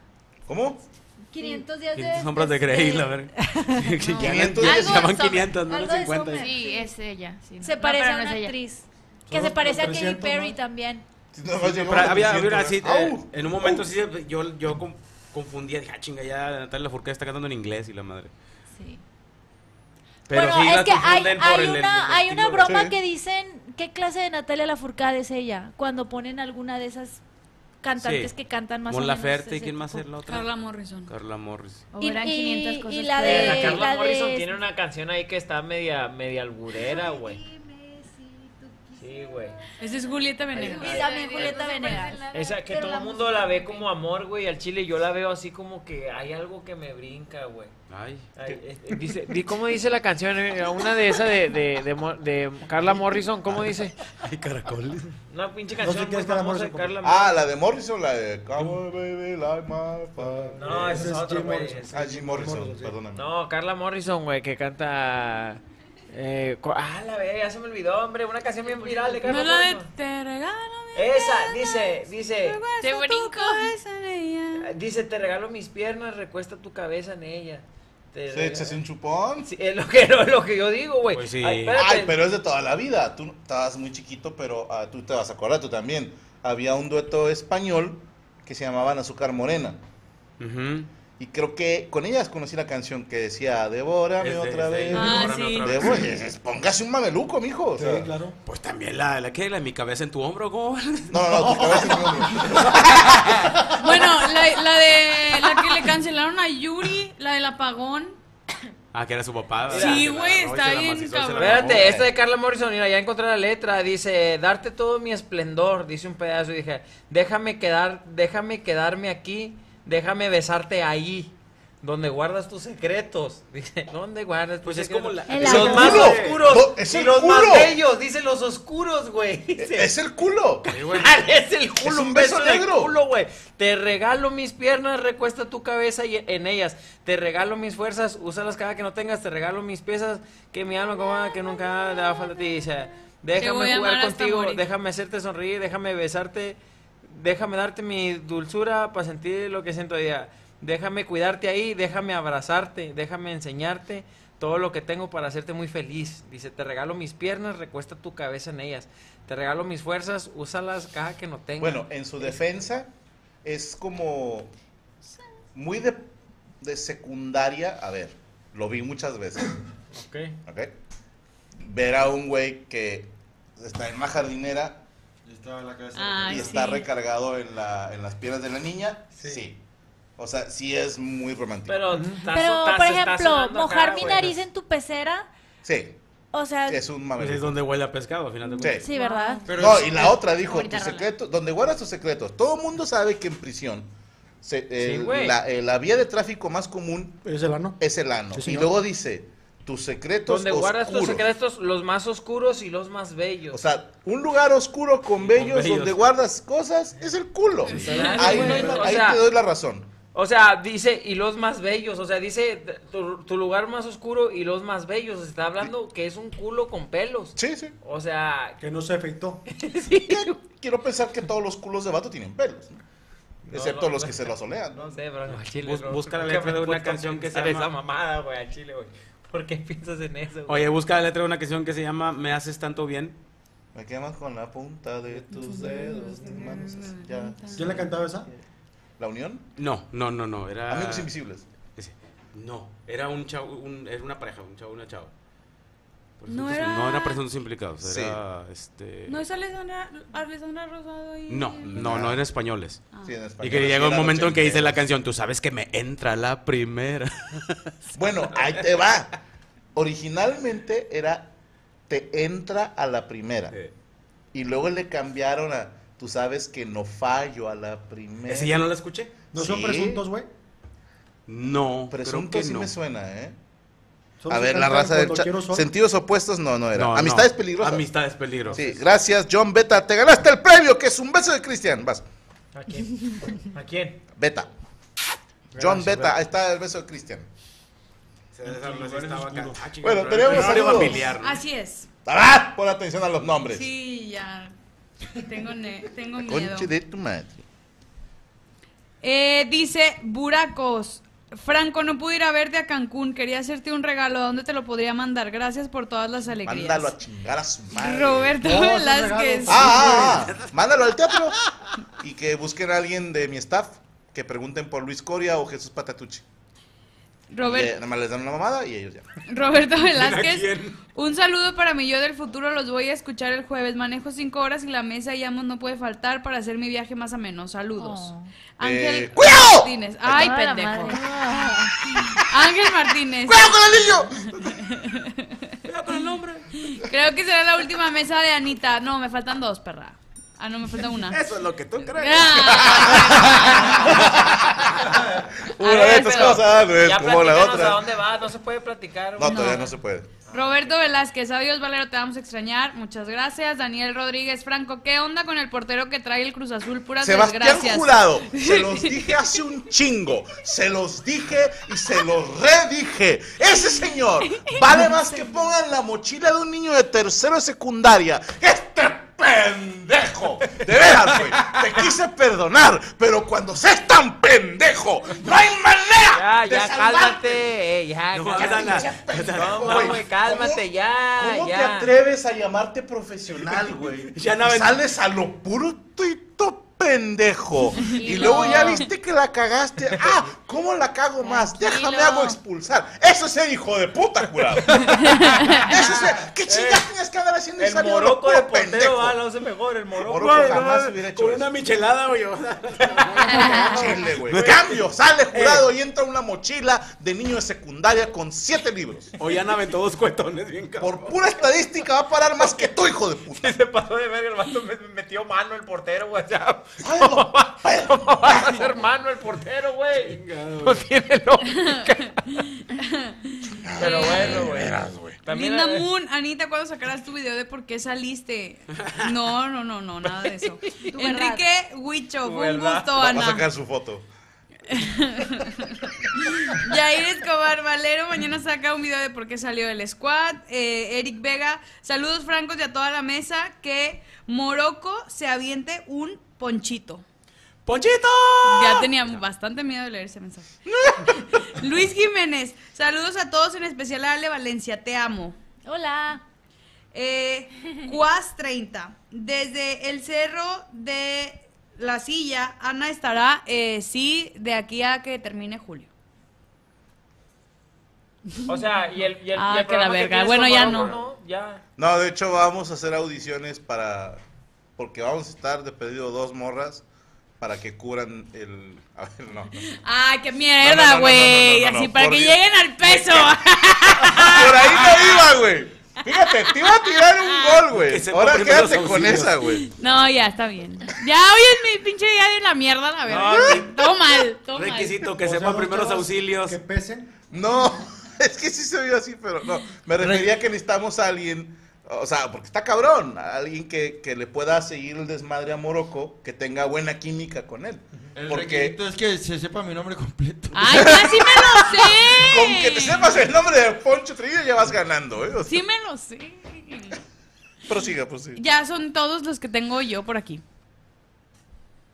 [SPEAKER 8] ¿Cómo?
[SPEAKER 3] 500 días de...
[SPEAKER 11] 500 sombras de Grey,
[SPEAKER 3] este,
[SPEAKER 11] la verdad.
[SPEAKER 12] Algo
[SPEAKER 11] Ya van
[SPEAKER 12] sobre-
[SPEAKER 11] 500, no
[SPEAKER 12] algo
[SPEAKER 11] Los
[SPEAKER 12] de
[SPEAKER 11] 50.
[SPEAKER 12] sobre- Sí, es ella. sí, no.
[SPEAKER 3] Se
[SPEAKER 12] No,
[SPEAKER 3] parece
[SPEAKER 12] pero
[SPEAKER 3] a
[SPEAKER 12] no es
[SPEAKER 3] una
[SPEAKER 12] ella.
[SPEAKER 3] actriz.
[SPEAKER 12] Solo
[SPEAKER 3] Que se parece a
[SPEAKER 12] los
[SPEAKER 3] Katy
[SPEAKER 12] 300,
[SPEAKER 3] Perry también.
[SPEAKER 8] Nomás
[SPEAKER 11] Sí,
[SPEAKER 8] llegó
[SPEAKER 11] pero
[SPEAKER 8] a
[SPEAKER 11] había,
[SPEAKER 8] 400,
[SPEAKER 11] había una así,
[SPEAKER 8] ¿verdad?
[SPEAKER 11] eh,
[SPEAKER 8] ¡Au!
[SPEAKER 11] en un momento sí, yo, yo con- confundía, dije, ah, chinga, ya Natalia Lafourcade está cantando en inglés y la madre.
[SPEAKER 12] Sí.
[SPEAKER 11] Pero
[SPEAKER 3] bueno,
[SPEAKER 11] sí,
[SPEAKER 3] es
[SPEAKER 11] la
[SPEAKER 3] que hay,
[SPEAKER 11] confunden por
[SPEAKER 3] hay
[SPEAKER 11] el- el- el
[SPEAKER 3] una, hay una
[SPEAKER 11] estilo, ¿verdad?
[SPEAKER 3] broma que dicen, ¿qué clase de Natalia Lafourcade es ella? Cuando ponen alguna de esas cantantes
[SPEAKER 11] Sí.
[SPEAKER 3] que cantan más
[SPEAKER 11] Mon
[SPEAKER 3] o menos.
[SPEAKER 11] Laferte, ¿y
[SPEAKER 3] ese
[SPEAKER 11] quién más
[SPEAKER 3] tipo.
[SPEAKER 11] es la otra?
[SPEAKER 7] Carla Morrison.
[SPEAKER 11] Carla Morris.
[SPEAKER 12] O eran 500 cosas
[SPEAKER 3] y la
[SPEAKER 12] que-
[SPEAKER 3] de-
[SPEAKER 5] La Carla
[SPEAKER 3] la de-
[SPEAKER 5] Morrison tiene una canción ahí que está media, media alburera, güey. Sí, güey.
[SPEAKER 7] Esa es Julieta Venegas.
[SPEAKER 3] Y también Julieta Venegas.
[SPEAKER 5] Esa que
[SPEAKER 3] Pero
[SPEAKER 5] todo
[SPEAKER 3] la
[SPEAKER 5] el mundo la ve como amor, güey, al chile. Yo la veo así como que hay algo que me brinca, güey.
[SPEAKER 11] Ay.
[SPEAKER 5] Ay, eh, eh, dice, di- ¿Cómo dice la canción? Eh, Una de esas de, de, de Mo- de Carla Morrison, ¿cómo dice?
[SPEAKER 11] Ay, caracoles.
[SPEAKER 5] Una pinche
[SPEAKER 8] No sé
[SPEAKER 5] canción
[SPEAKER 8] qué
[SPEAKER 5] muy
[SPEAKER 8] es Carla
[SPEAKER 5] famosa de
[SPEAKER 8] Morrison,
[SPEAKER 5] Carla
[SPEAKER 8] ¿cómo? Ah,
[SPEAKER 5] Morrison.
[SPEAKER 8] la de Morrison, la de Cowboy Baby Like My Fire.
[SPEAKER 5] No, ese es otro,
[SPEAKER 8] Jim
[SPEAKER 5] güey,
[SPEAKER 8] Morrison.
[SPEAKER 5] ese
[SPEAKER 8] Ah, Jim Morrison, perdóname.
[SPEAKER 5] No, Carla Morrison, güey, que canta... Eh, cu- ah, la ve, ya se me olvidó, hombre. Una canción bien viral de Carla
[SPEAKER 7] No la de
[SPEAKER 5] Morrison.
[SPEAKER 7] te regalo.
[SPEAKER 5] Esa, dice, dice...
[SPEAKER 12] Te brinco.
[SPEAKER 5] Dice, te regalo mis piernas, recuesta tu cabeza en ella. Te
[SPEAKER 8] ¿Se
[SPEAKER 5] regalo-
[SPEAKER 8] echa así un chupón?
[SPEAKER 5] Sí, es lo que, no, es lo que yo digo, güey.
[SPEAKER 11] Pues sí.
[SPEAKER 5] Ay, espérate.
[SPEAKER 8] Ay, pero es de toda la vida. Tú estabas muy chiquito, pero ah, tú te vas a acordar, tú también. Había un dueto español que se llamaban Azúcar Morena. Y creo que con ellas conocí la canción que decía Devórame
[SPEAKER 11] Es de-
[SPEAKER 8] otra
[SPEAKER 11] es de
[SPEAKER 8] vez.
[SPEAKER 11] ellas, Ah, "Devórame sí. otra vez".
[SPEAKER 8] Devó- es- es- Póngase un mameluco, mijo. o sea.
[SPEAKER 4] claro.
[SPEAKER 11] Pues también la, la que, la de mi cabeza en tu hombro, ¿cómo?
[SPEAKER 8] No, no, no, tu cabeza en mi hombro.
[SPEAKER 7] Bueno, la, la de la que le cancelaron a Yuri, la del apagón.
[SPEAKER 11] Ah, que era su papá. ¿verdad?
[SPEAKER 7] Sí,
[SPEAKER 11] Se la agarró y
[SPEAKER 7] güey, está
[SPEAKER 11] se la
[SPEAKER 7] bien,
[SPEAKER 11] macizó, se la
[SPEAKER 7] cabrón.
[SPEAKER 11] mamó.
[SPEAKER 5] Espérate, esta de Carla Morrison, mira, ya encontré la letra, dice, darte todo mi esplendor, dice un pedazo, y dije, déjame quedar, déjame quedarme aquí, déjame besarte ahí, donde guardas tus secretos, dice, ¿dónde guardas tus
[SPEAKER 11] Pues es
[SPEAKER 5] secretos?
[SPEAKER 11] como la-
[SPEAKER 5] Y
[SPEAKER 11] Es
[SPEAKER 5] los
[SPEAKER 11] el
[SPEAKER 5] más
[SPEAKER 11] culo.
[SPEAKER 5] oscuros,
[SPEAKER 11] No, es
[SPEAKER 5] y
[SPEAKER 11] el
[SPEAKER 5] los
[SPEAKER 11] culo.
[SPEAKER 5] más bellos, dice los oscuros, güey.
[SPEAKER 8] Es el culo.
[SPEAKER 5] es el culo,
[SPEAKER 8] Es
[SPEAKER 5] un, beso, negro. culo, güey. Te regalo mis piernas, recuesta tu cabeza y en ellas. Te regalo mis fuerzas, úsalas cada que no tengas. Te regalo mis piezas, que mi alma coma, que nunca le va a falta a ti. O sea,
[SPEAKER 7] Te voy
[SPEAKER 5] déjame
[SPEAKER 7] a
[SPEAKER 5] jugar
[SPEAKER 7] amar hasta
[SPEAKER 5] contigo,
[SPEAKER 7] morir.
[SPEAKER 5] déjame hacerte sonreír, déjame besarte, déjame darte mi dulzura para sentir lo que siento día. Déjame cuidarte ahí, déjame abrazarte, déjame enseñarte todo lo que tengo para hacerte muy feliz. Dice, te regalo mis piernas, recuesta tu cabeza en ellas. Te regalo mis fuerzas, úsalas cada que no tengas.
[SPEAKER 8] Bueno, en su defensa es como muy de, de secundaria. A ver, lo vi muchas veces. ¿ok? Ver a un güey que está en una jardinera
[SPEAKER 6] Estaba la
[SPEAKER 3] Ah,
[SPEAKER 6] cabeza.
[SPEAKER 8] y está recargado en, la, en las piernas de la niña. Sí. O sea, sí es muy romántico.
[SPEAKER 5] Pero,
[SPEAKER 3] Pero, por ejemplo, mojar mi nariz en tu pecera,
[SPEAKER 8] Sí,
[SPEAKER 3] o sea,
[SPEAKER 8] es un
[SPEAKER 11] Pues
[SPEAKER 8] mameluco.
[SPEAKER 11] es donde huele a pescado, al final de cuentas.
[SPEAKER 3] sí, ¿verdad?
[SPEAKER 8] no, y la otra dijo,
[SPEAKER 3] Ahorita
[SPEAKER 8] tus
[SPEAKER 3] rola.
[SPEAKER 8] secretos, donde guardas tus secretos. Todo el mundo sabe que en prisión se- el-
[SPEAKER 4] güey.
[SPEAKER 8] la, eh, la vía de tráfico más común
[SPEAKER 4] Es el ano.
[SPEAKER 8] es el ano.
[SPEAKER 4] Sí,
[SPEAKER 8] y
[SPEAKER 4] señor.
[SPEAKER 8] luego dice, tus secretos
[SPEAKER 5] Donde guardas tus
[SPEAKER 8] oscuros".
[SPEAKER 5] secretos, los más oscuros y los más bellos.
[SPEAKER 8] O sea, un lugar oscuro con bellos,
[SPEAKER 5] bellos.
[SPEAKER 8] donde guardas cosas es el culo. Ahí, no hay-
[SPEAKER 5] O
[SPEAKER 8] ahí
[SPEAKER 5] sea,
[SPEAKER 8] te doy la razón.
[SPEAKER 5] O sea, dice, y los más bellos, o sea, dice tu, tu lugar más oscuro y los más bellos. Se Está hablando que es un culo con pelos.
[SPEAKER 8] Sí, sí.
[SPEAKER 5] O sea,
[SPEAKER 4] Que no se afeitó.
[SPEAKER 8] Quiero pensar que todos los culos de vato tienen pelos, ¿no? excepto
[SPEAKER 5] no,
[SPEAKER 8] los
[SPEAKER 5] no.
[SPEAKER 8] que se los olean.
[SPEAKER 5] no sé, bro. al chile,
[SPEAKER 11] Bus-
[SPEAKER 5] bro,
[SPEAKER 11] busca la
[SPEAKER 5] nunca
[SPEAKER 11] letra
[SPEAKER 5] me
[SPEAKER 11] de
[SPEAKER 5] he
[SPEAKER 11] una
[SPEAKER 5] puesto a
[SPEAKER 11] canción que se
[SPEAKER 5] pensar
[SPEAKER 11] llama-
[SPEAKER 5] esa mamada, güey, al chile, güey. ¿Por qué piensas en eso, güey?
[SPEAKER 11] Oye, busca la letra de una canción que se llama Me haces tanto bien.
[SPEAKER 8] Me quemas con la punta de tus dedos, tus manos. Ya.
[SPEAKER 4] ¿Quién la cantaba esa?
[SPEAKER 8] ¿La unión?
[SPEAKER 11] No, no, no, no. Era...
[SPEAKER 8] Amigos invisibles.
[SPEAKER 11] Ese. No, era un chavo, un- era una pareja, un chavo, una chava.
[SPEAKER 7] No
[SPEAKER 11] Presuntos-
[SPEAKER 7] era-
[SPEAKER 11] No eran presuntos implicados, era este...
[SPEAKER 7] No es Alessandra, Alessandra Rosado y.
[SPEAKER 11] No, no, no eran españoles.
[SPEAKER 7] Ah.
[SPEAKER 8] Sí, en
[SPEAKER 11] Y
[SPEAKER 8] español,
[SPEAKER 11] que
[SPEAKER 8] sí
[SPEAKER 11] llega un
[SPEAKER 8] eran
[SPEAKER 11] momento en que dice la
[SPEAKER 8] ochenteros.
[SPEAKER 11] canción, tú sabes que me entra la primera.
[SPEAKER 8] Bueno, ahí te va. Originalmente era te entra a la primera. Y luego le cambiaron a tú sabes que no fallo a la primera.
[SPEAKER 11] ¿Ese ya no la escuché?
[SPEAKER 4] ¿No son
[SPEAKER 8] Sí.
[SPEAKER 4] presuntos, güey?
[SPEAKER 11] No,
[SPEAKER 8] Presunto
[SPEAKER 11] creo que
[SPEAKER 8] sí
[SPEAKER 11] no.
[SPEAKER 8] me suena, ¿eh?
[SPEAKER 11] Solo
[SPEAKER 8] A
[SPEAKER 11] se
[SPEAKER 8] ver, la
[SPEAKER 11] cantan
[SPEAKER 8] raza del
[SPEAKER 11] cuando
[SPEAKER 8] chat.
[SPEAKER 11] quiero sol.
[SPEAKER 8] Sentidos opuestos, no, no era.
[SPEAKER 11] No, no.
[SPEAKER 8] Amistades peligrosas.
[SPEAKER 11] Amistades peligrosas.
[SPEAKER 8] Sí, gracias, John Beta. Te ganaste el premio, que es un beso de Cristian. Vas,
[SPEAKER 13] ¿A quién? ¿A quién?
[SPEAKER 8] Beta. John
[SPEAKER 13] Gracias,
[SPEAKER 8] Beta,
[SPEAKER 13] Beta.
[SPEAKER 8] ahí está el beso de Cristian. Bueno,
[SPEAKER 11] Bueno,
[SPEAKER 8] tenemos saludos.
[SPEAKER 7] Así es.
[SPEAKER 8] ¡Ah! Pon atención a los nombres.
[SPEAKER 7] Sí, ya. Tengo, ne- tengo miedo.
[SPEAKER 8] Conche de tu madre.
[SPEAKER 7] Eh, dice Buracos. Franco, no pude ir a verte a Cancún. Quería hacerte un regalo. ¿A dónde te lo podría mandar? Gracias por todas las alegrías.
[SPEAKER 8] Mándalo a chingar a su madre.
[SPEAKER 7] Roberto No, son Velázquez. regalos.
[SPEAKER 8] Ah, ah, ah. Mándalo al teatro. Y que busquen a alguien de mi staff que pregunten por Luis Coria o Jesús Patatucci.
[SPEAKER 7] Robert-
[SPEAKER 8] Le- nada más les dan una mamada y ellos ya.
[SPEAKER 7] Roberto Velázquez. Un saludo para mi yo del futuro. Los voy a escuchar el jueves. Manejo cinco horas y la mesa y amos no puede faltar para hacer mi viaje más ameno. Saludos. Ángel
[SPEAKER 8] Eh, ¡cuidado!
[SPEAKER 7] Martínez. Ay,
[SPEAKER 12] Ah, la
[SPEAKER 7] pendejo.
[SPEAKER 12] madre.
[SPEAKER 7] Ángel Martínez.
[SPEAKER 8] ¡Cuidado con
[SPEAKER 7] el Creo que será la última mesa de Anita. No, me faltan dos, perra. Ah, no, me falta una.
[SPEAKER 11] Eso es lo que tú crees.
[SPEAKER 8] Una de estas cosas no es
[SPEAKER 13] ya
[SPEAKER 8] como la
[SPEAKER 13] platícanos a
[SPEAKER 8] otra.
[SPEAKER 13] dónde vas, no se puede platicar.
[SPEAKER 8] No, todavía no se puede.
[SPEAKER 7] Roberto Velázquez, adiós Valero, te vamos a extrañar. Muchas gracias. Daniel Rodríguez Franco, ¿qué onda con el portero que trae el Cruz Azul? Puras
[SPEAKER 8] Sebastián
[SPEAKER 7] desgracias.
[SPEAKER 8] Jurado, se los dije hace un chingo, se los dije y se los redije. Ese señor vale más que pongan la mochila de un niño de tercero de secundaria. Este pendejo, de veras, güey, te quise perdonar, pero cuando seas tan pendejo, no hay manera
[SPEAKER 13] Ya, ya,
[SPEAKER 8] de salvarte.
[SPEAKER 13] cálmate. eh, ya,
[SPEAKER 8] No,
[SPEAKER 13] cálmate.
[SPEAKER 8] cálmate, pendejo,
[SPEAKER 13] No,
[SPEAKER 8] güey.
[SPEAKER 13] güey, cálmate,
[SPEAKER 8] ¿Cómo-
[SPEAKER 13] ya,
[SPEAKER 8] ¿Cómo te
[SPEAKER 13] ya.
[SPEAKER 8] atreves a llamarte profesional, güey?
[SPEAKER 11] Ya
[SPEAKER 8] ya
[SPEAKER 11] no-
[SPEAKER 8] sales a lo puro tuito pendejo. Y luego ya viste que la cagaste. Ah, ¿cómo la cago más? Déjame hago expulsar. Eso es el hijo de puta, jurado. Eso es el- ¿Qué chingas tenías que andar haciendo
[SPEAKER 13] El
[SPEAKER 8] saliendo a lo
[SPEAKER 13] moroco
[SPEAKER 8] puro
[SPEAKER 13] de portero,
[SPEAKER 8] pendejo?
[SPEAKER 13] ah, lo hace mejor, el moroco.
[SPEAKER 8] Moroco jamás
[SPEAKER 13] no,
[SPEAKER 8] hubiera hecho
[SPEAKER 13] con
[SPEAKER 8] eso.
[SPEAKER 13] una michelada, güey.
[SPEAKER 11] Ah.
[SPEAKER 8] Chile, güey. Cambio, sale jurado y entra una mochila de niño de secundaria con siete libros.
[SPEAKER 11] Hoy han aventado dos cuetones, bien cabrón.
[SPEAKER 8] Por pura estadística va a parar más que tú, hijo de puta.
[SPEAKER 5] Se pasó de verga, el vato me me metió mano el portero, güey. O sea,
[SPEAKER 8] ¿cómo va-
[SPEAKER 5] cómo vas a hacer mano el portero, güey? No tiene lógica. Pero bueno, güey. También
[SPEAKER 7] Linda
[SPEAKER 5] eh,
[SPEAKER 7] Moon, Anita, ¿cuándo sacarás tu video de por qué saliste? No, no, no, no, nada de eso. Enrique Huicho, fue un
[SPEAKER 8] ¿Verdad?
[SPEAKER 7] gusto,
[SPEAKER 8] Va a
[SPEAKER 7] Ana.
[SPEAKER 8] sacar su foto.
[SPEAKER 7] Jair Escobar Valero, mañana saca un video de por qué salió del squad. Eh, Eric Vega, saludos francos y a toda la mesa. Que Morocco se aviente un ponchito.
[SPEAKER 11] ¡Ponchito!
[SPEAKER 7] Ya tenía bastante miedo de leer ese mensaje. Luis Jiménez, saludos a todos, en especial a Ale Valencia, te amo.
[SPEAKER 12] Hola.
[SPEAKER 7] Eh, Cuas 30. Desde el cerro de la silla, Ana estará, eh, sí, de aquí a que termine julio.
[SPEAKER 13] O sea, y el, y el,
[SPEAKER 7] Ah,
[SPEAKER 13] y el
[SPEAKER 7] que la
[SPEAKER 13] programa
[SPEAKER 7] verga.
[SPEAKER 13] tienes
[SPEAKER 7] Bueno,
[SPEAKER 13] con
[SPEAKER 7] ya
[SPEAKER 13] Marocco,
[SPEAKER 7] no.
[SPEAKER 13] Ya.
[SPEAKER 8] No, de hecho vamos a hacer audiciones para... Porque vamos a estar de pedido dos morras para que curan el... A ver, no. no.
[SPEAKER 7] ¡Ay, qué
[SPEAKER 8] No, no, no,
[SPEAKER 7] mierda,
[SPEAKER 8] no,
[SPEAKER 7] güey!
[SPEAKER 8] no, no, no,
[SPEAKER 7] Así
[SPEAKER 8] no,
[SPEAKER 7] para
[SPEAKER 8] por
[SPEAKER 7] que
[SPEAKER 8] Dios.
[SPEAKER 7] lleguen al peso.
[SPEAKER 8] Por ahí no iba, güey. Fíjate, te iba a tirar un gol,
[SPEAKER 11] Que
[SPEAKER 8] güey.
[SPEAKER 11] sepa
[SPEAKER 8] Ahora
[SPEAKER 11] primero
[SPEAKER 8] quédate
[SPEAKER 11] los
[SPEAKER 8] con
[SPEAKER 11] auxilios.
[SPEAKER 8] esa, güey.
[SPEAKER 7] No, ya, está bien. Ya hoy es mi pinche día de la mierda, la verdad. todo mal, todo mal.
[SPEAKER 11] Requisito que sepa primeros auxilios.
[SPEAKER 8] Que pesen. No, es que sí se vio así, pero no. Me refería que necesitamos a alguien... O sea, porque está cabrón. a Alguien que, que le pueda seguir el desmadre a Morocco, que tenga buena química con él.
[SPEAKER 6] El
[SPEAKER 8] Porque...
[SPEAKER 6] requisito es que se sepa mi nombre completo.
[SPEAKER 7] ¡Ay, ya sí me lo sé!
[SPEAKER 8] Con que te sepas el nombre de Poncho Trillo ya vas ganando, ¿eh? O sea,
[SPEAKER 7] Sí me lo sé.
[SPEAKER 8] Prosiga, prosiga.
[SPEAKER 7] Ya son todos los que tengo yo por aquí.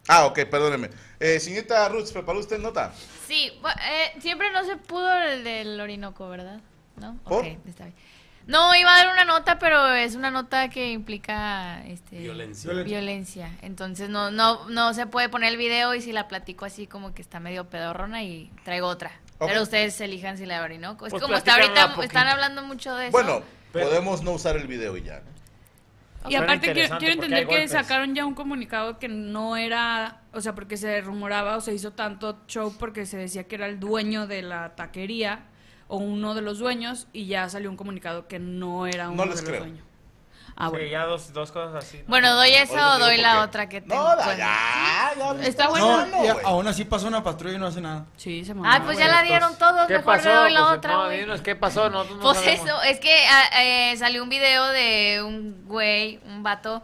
[SPEAKER 8] Ah, ok, perdóneme. Eh, señorita Roots, ¿preparó usted nota?
[SPEAKER 12] Sí, bu- eh, siempre no se pudo el del Orinoco, ¿verdad? ¿No?
[SPEAKER 8] ¿Por?
[SPEAKER 12] Ok, está bien. No, iba a dar una nota, pero es una nota que implica este,
[SPEAKER 11] Violencia.
[SPEAKER 12] violencia. Entonces no, no, no se puede poner el video y si la platico así como que está medio pedorrona y traigo otra.
[SPEAKER 8] Ok.
[SPEAKER 12] Pero ustedes elijan si la de Orinoco. Es
[SPEAKER 8] Pues
[SPEAKER 12] como está
[SPEAKER 8] platícala
[SPEAKER 12] ahorita,
[SPEAKER 8] poquito.
[SPEAKER 12] están hablando mucho de eso.
[SPEAKER 8] Bueno, podemos no usar el video y ya.
[SPEAKER 7] Y aparte quiero, quiero
[SPEAKER 8] porque hay
[SPEAKER 7] entender que
[SPEAKER 8] golpes.
[SPEAKER 7] sacaron ya un comunicado que no era, o sea, porque se rumoraba o se hizo tanto show porque se decía que era el dueño de la taquería o uno de los dueños y ya salió un comunicado que no era uno
[SPEAKER 8] les
[SPEAKER 7] de los
[SPEAKER 8] creo.
[SPEAKER 7] dueños.
[SPEAKER 1] Ah,
[SPEAKER 13] Sí,
[SPEAKER 1] bueno.
[SPEAKER 13] ya dos, dos cosas así.
[SPEAKER 12] Bueno, doy esa o doy la
[SPEAKER 13] porque-
[SPEAKER 12] otra que tengo. No,
[SPEAKER 8] Ah, ya,
[SPEAKER 12] Está
[SPEAKER 6] No,
[SPEAKER 12] bueno.
[SPEAKER 6] y aún así pasa una patrulla y no hace nada.
[SPEAKER 1] Sí, se
[SPEAKER 12] Ay, pues ya la dieron todos,
[SPEAKER 13] ¿Qué
[SPEAKER 12] mejor
[SPEAKER 13] pasó?
[SPEAKER 12] le doy la
[SPEAKER 13] Pues,
[SPEAKER 12] otra,
[SPEAKER 13] no,
[SPEAKER 12] güey.
[SPEAKER 13] dinos, ¿qué pasó? Nosotros no
[SPEAKER 12] Pues
[SPEAKER 13] sabemos.
[SPEAKER 12] eso, es que ah, eh, salió un video de un güey, un vato,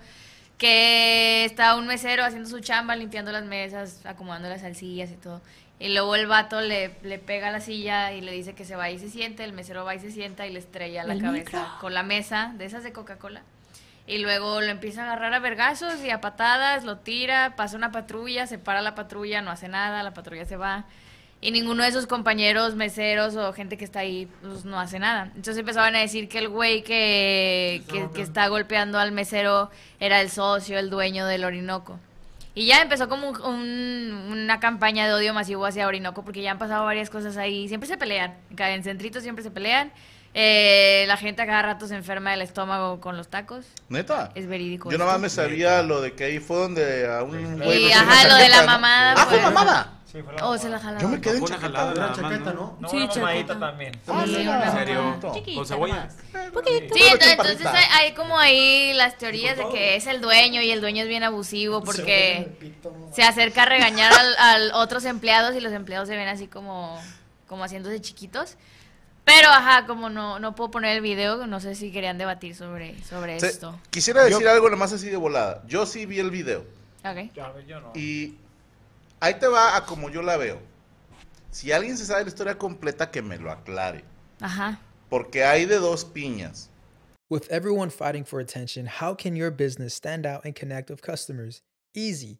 [SPEAKER 12] que estaba un mesero haciendo su chamba, limpiando las mesas, acomodando las sillas y todo. Y luego el vato le, le pega a la silla y le dice que se va y se siente, el mesero va y se sienta y le estrella la
[SPEAKER 1] El
[SPEAKER 12] cabeza con la mesa, de esas de Coca-Cola. Y luego lo empieza a agarrar a vergazos y a patadas, lo tira, pasa una patrulla, se para la patrulla, no hace nada, la patrulla se va. Y ninguno de sus compañeros, meseros o gente que está ahí, pues no hace nada. Entonces empezaban a decir que el güey que, que, que está golpeando al mesero era el socio, el dueño del Orinoco. Y ya empezó como un- un- una campaña de odio masivo hacia Orinoco, porque ya han pasado varias cosas ahí. Siempre se pelean. Acá En Centritos siempre se pelean. Eh, la gente a cada rato se enferma del estómago con los tacos.
[SPEAKER 8] ¿Neta?
[SPEAKER 12] Es verídico.
[SPEAKER 8] Yo
[SPEAKER 12] esto.
[SPEAKER 8] nomás me sabía lo de que ahí fue donde a un güey
[SPEAKER 12] Y
[SPEAKER 8] le pusieron
[SPEAKER 12] ajá,
[SPEAKER 8] una
[SPEAKER 12] lo de la
[SPEAKER 8] chaqueta, ¿no?
[SPEAKER 12] mamada. pues.
[SPEAKER 8] Ah, fue mamada.
[SPEAKER 12] Oh, se la jalaron.
[SPEAKER 8] Yo me quedé en chaqueta.
[SPEAKER 11] jalada, nada más,
[SPEAKER 4] chaqueta,
[SPEAKER 11] ¿no?
[SPEAKER 13] No,
[SPEAKER 12] Sí,
[SPEAKER 13] una mamadita
[SPEAKER 12] chaqueta.
[SPEAKER 13] también.
[SPEAKER 12] Ah, sí,
[SPEAKER 11] ¿En
[SPEAKER 12] una
[SPEAKER 11] serio?
[SPEAKER 12] Chiquita
[SPEAKER 11] ¿Con cebolla?
[SPEAKER 12] Sí,
[SPEAKER 11] Pero
[SPEAKER 12] entonces,
[SPEAKER 11] chaparrita.
[SPEAKER 12] entonces hay, hay como ahí las teorías de que es el dueño y el dueño es bien abusivo porque se acerca a regañar al, al otros empleados y los empleados se ven así como, como haciéndose chiquitos. Pero, ajá, como no, no puedo poner el video, no sé si querían debatir sobre, sobre
[SPEAKER 8] Se-
[SPEAKER 12] esto.
[SPEAKER 8] Quisiera decir algo nomás así de volada. Yo sí vi el video.
[SPEAKER 12] Ok.
[SPEAKER 8] Y ahí te va a como yo la veo. Si alguien se sabe la historia completa, que me lo aclare.
[SPEAKER 12] Ajá.
[SPEAKER 8] Porque hay de dos piñas.
[SPEAKER 14] With everyone fighting for attention, how can your business stand out and connect with customers? Easy.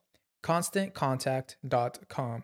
[SPEAKER 14] ConstantContact.com.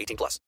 [SPEAKER 15] 18 plus.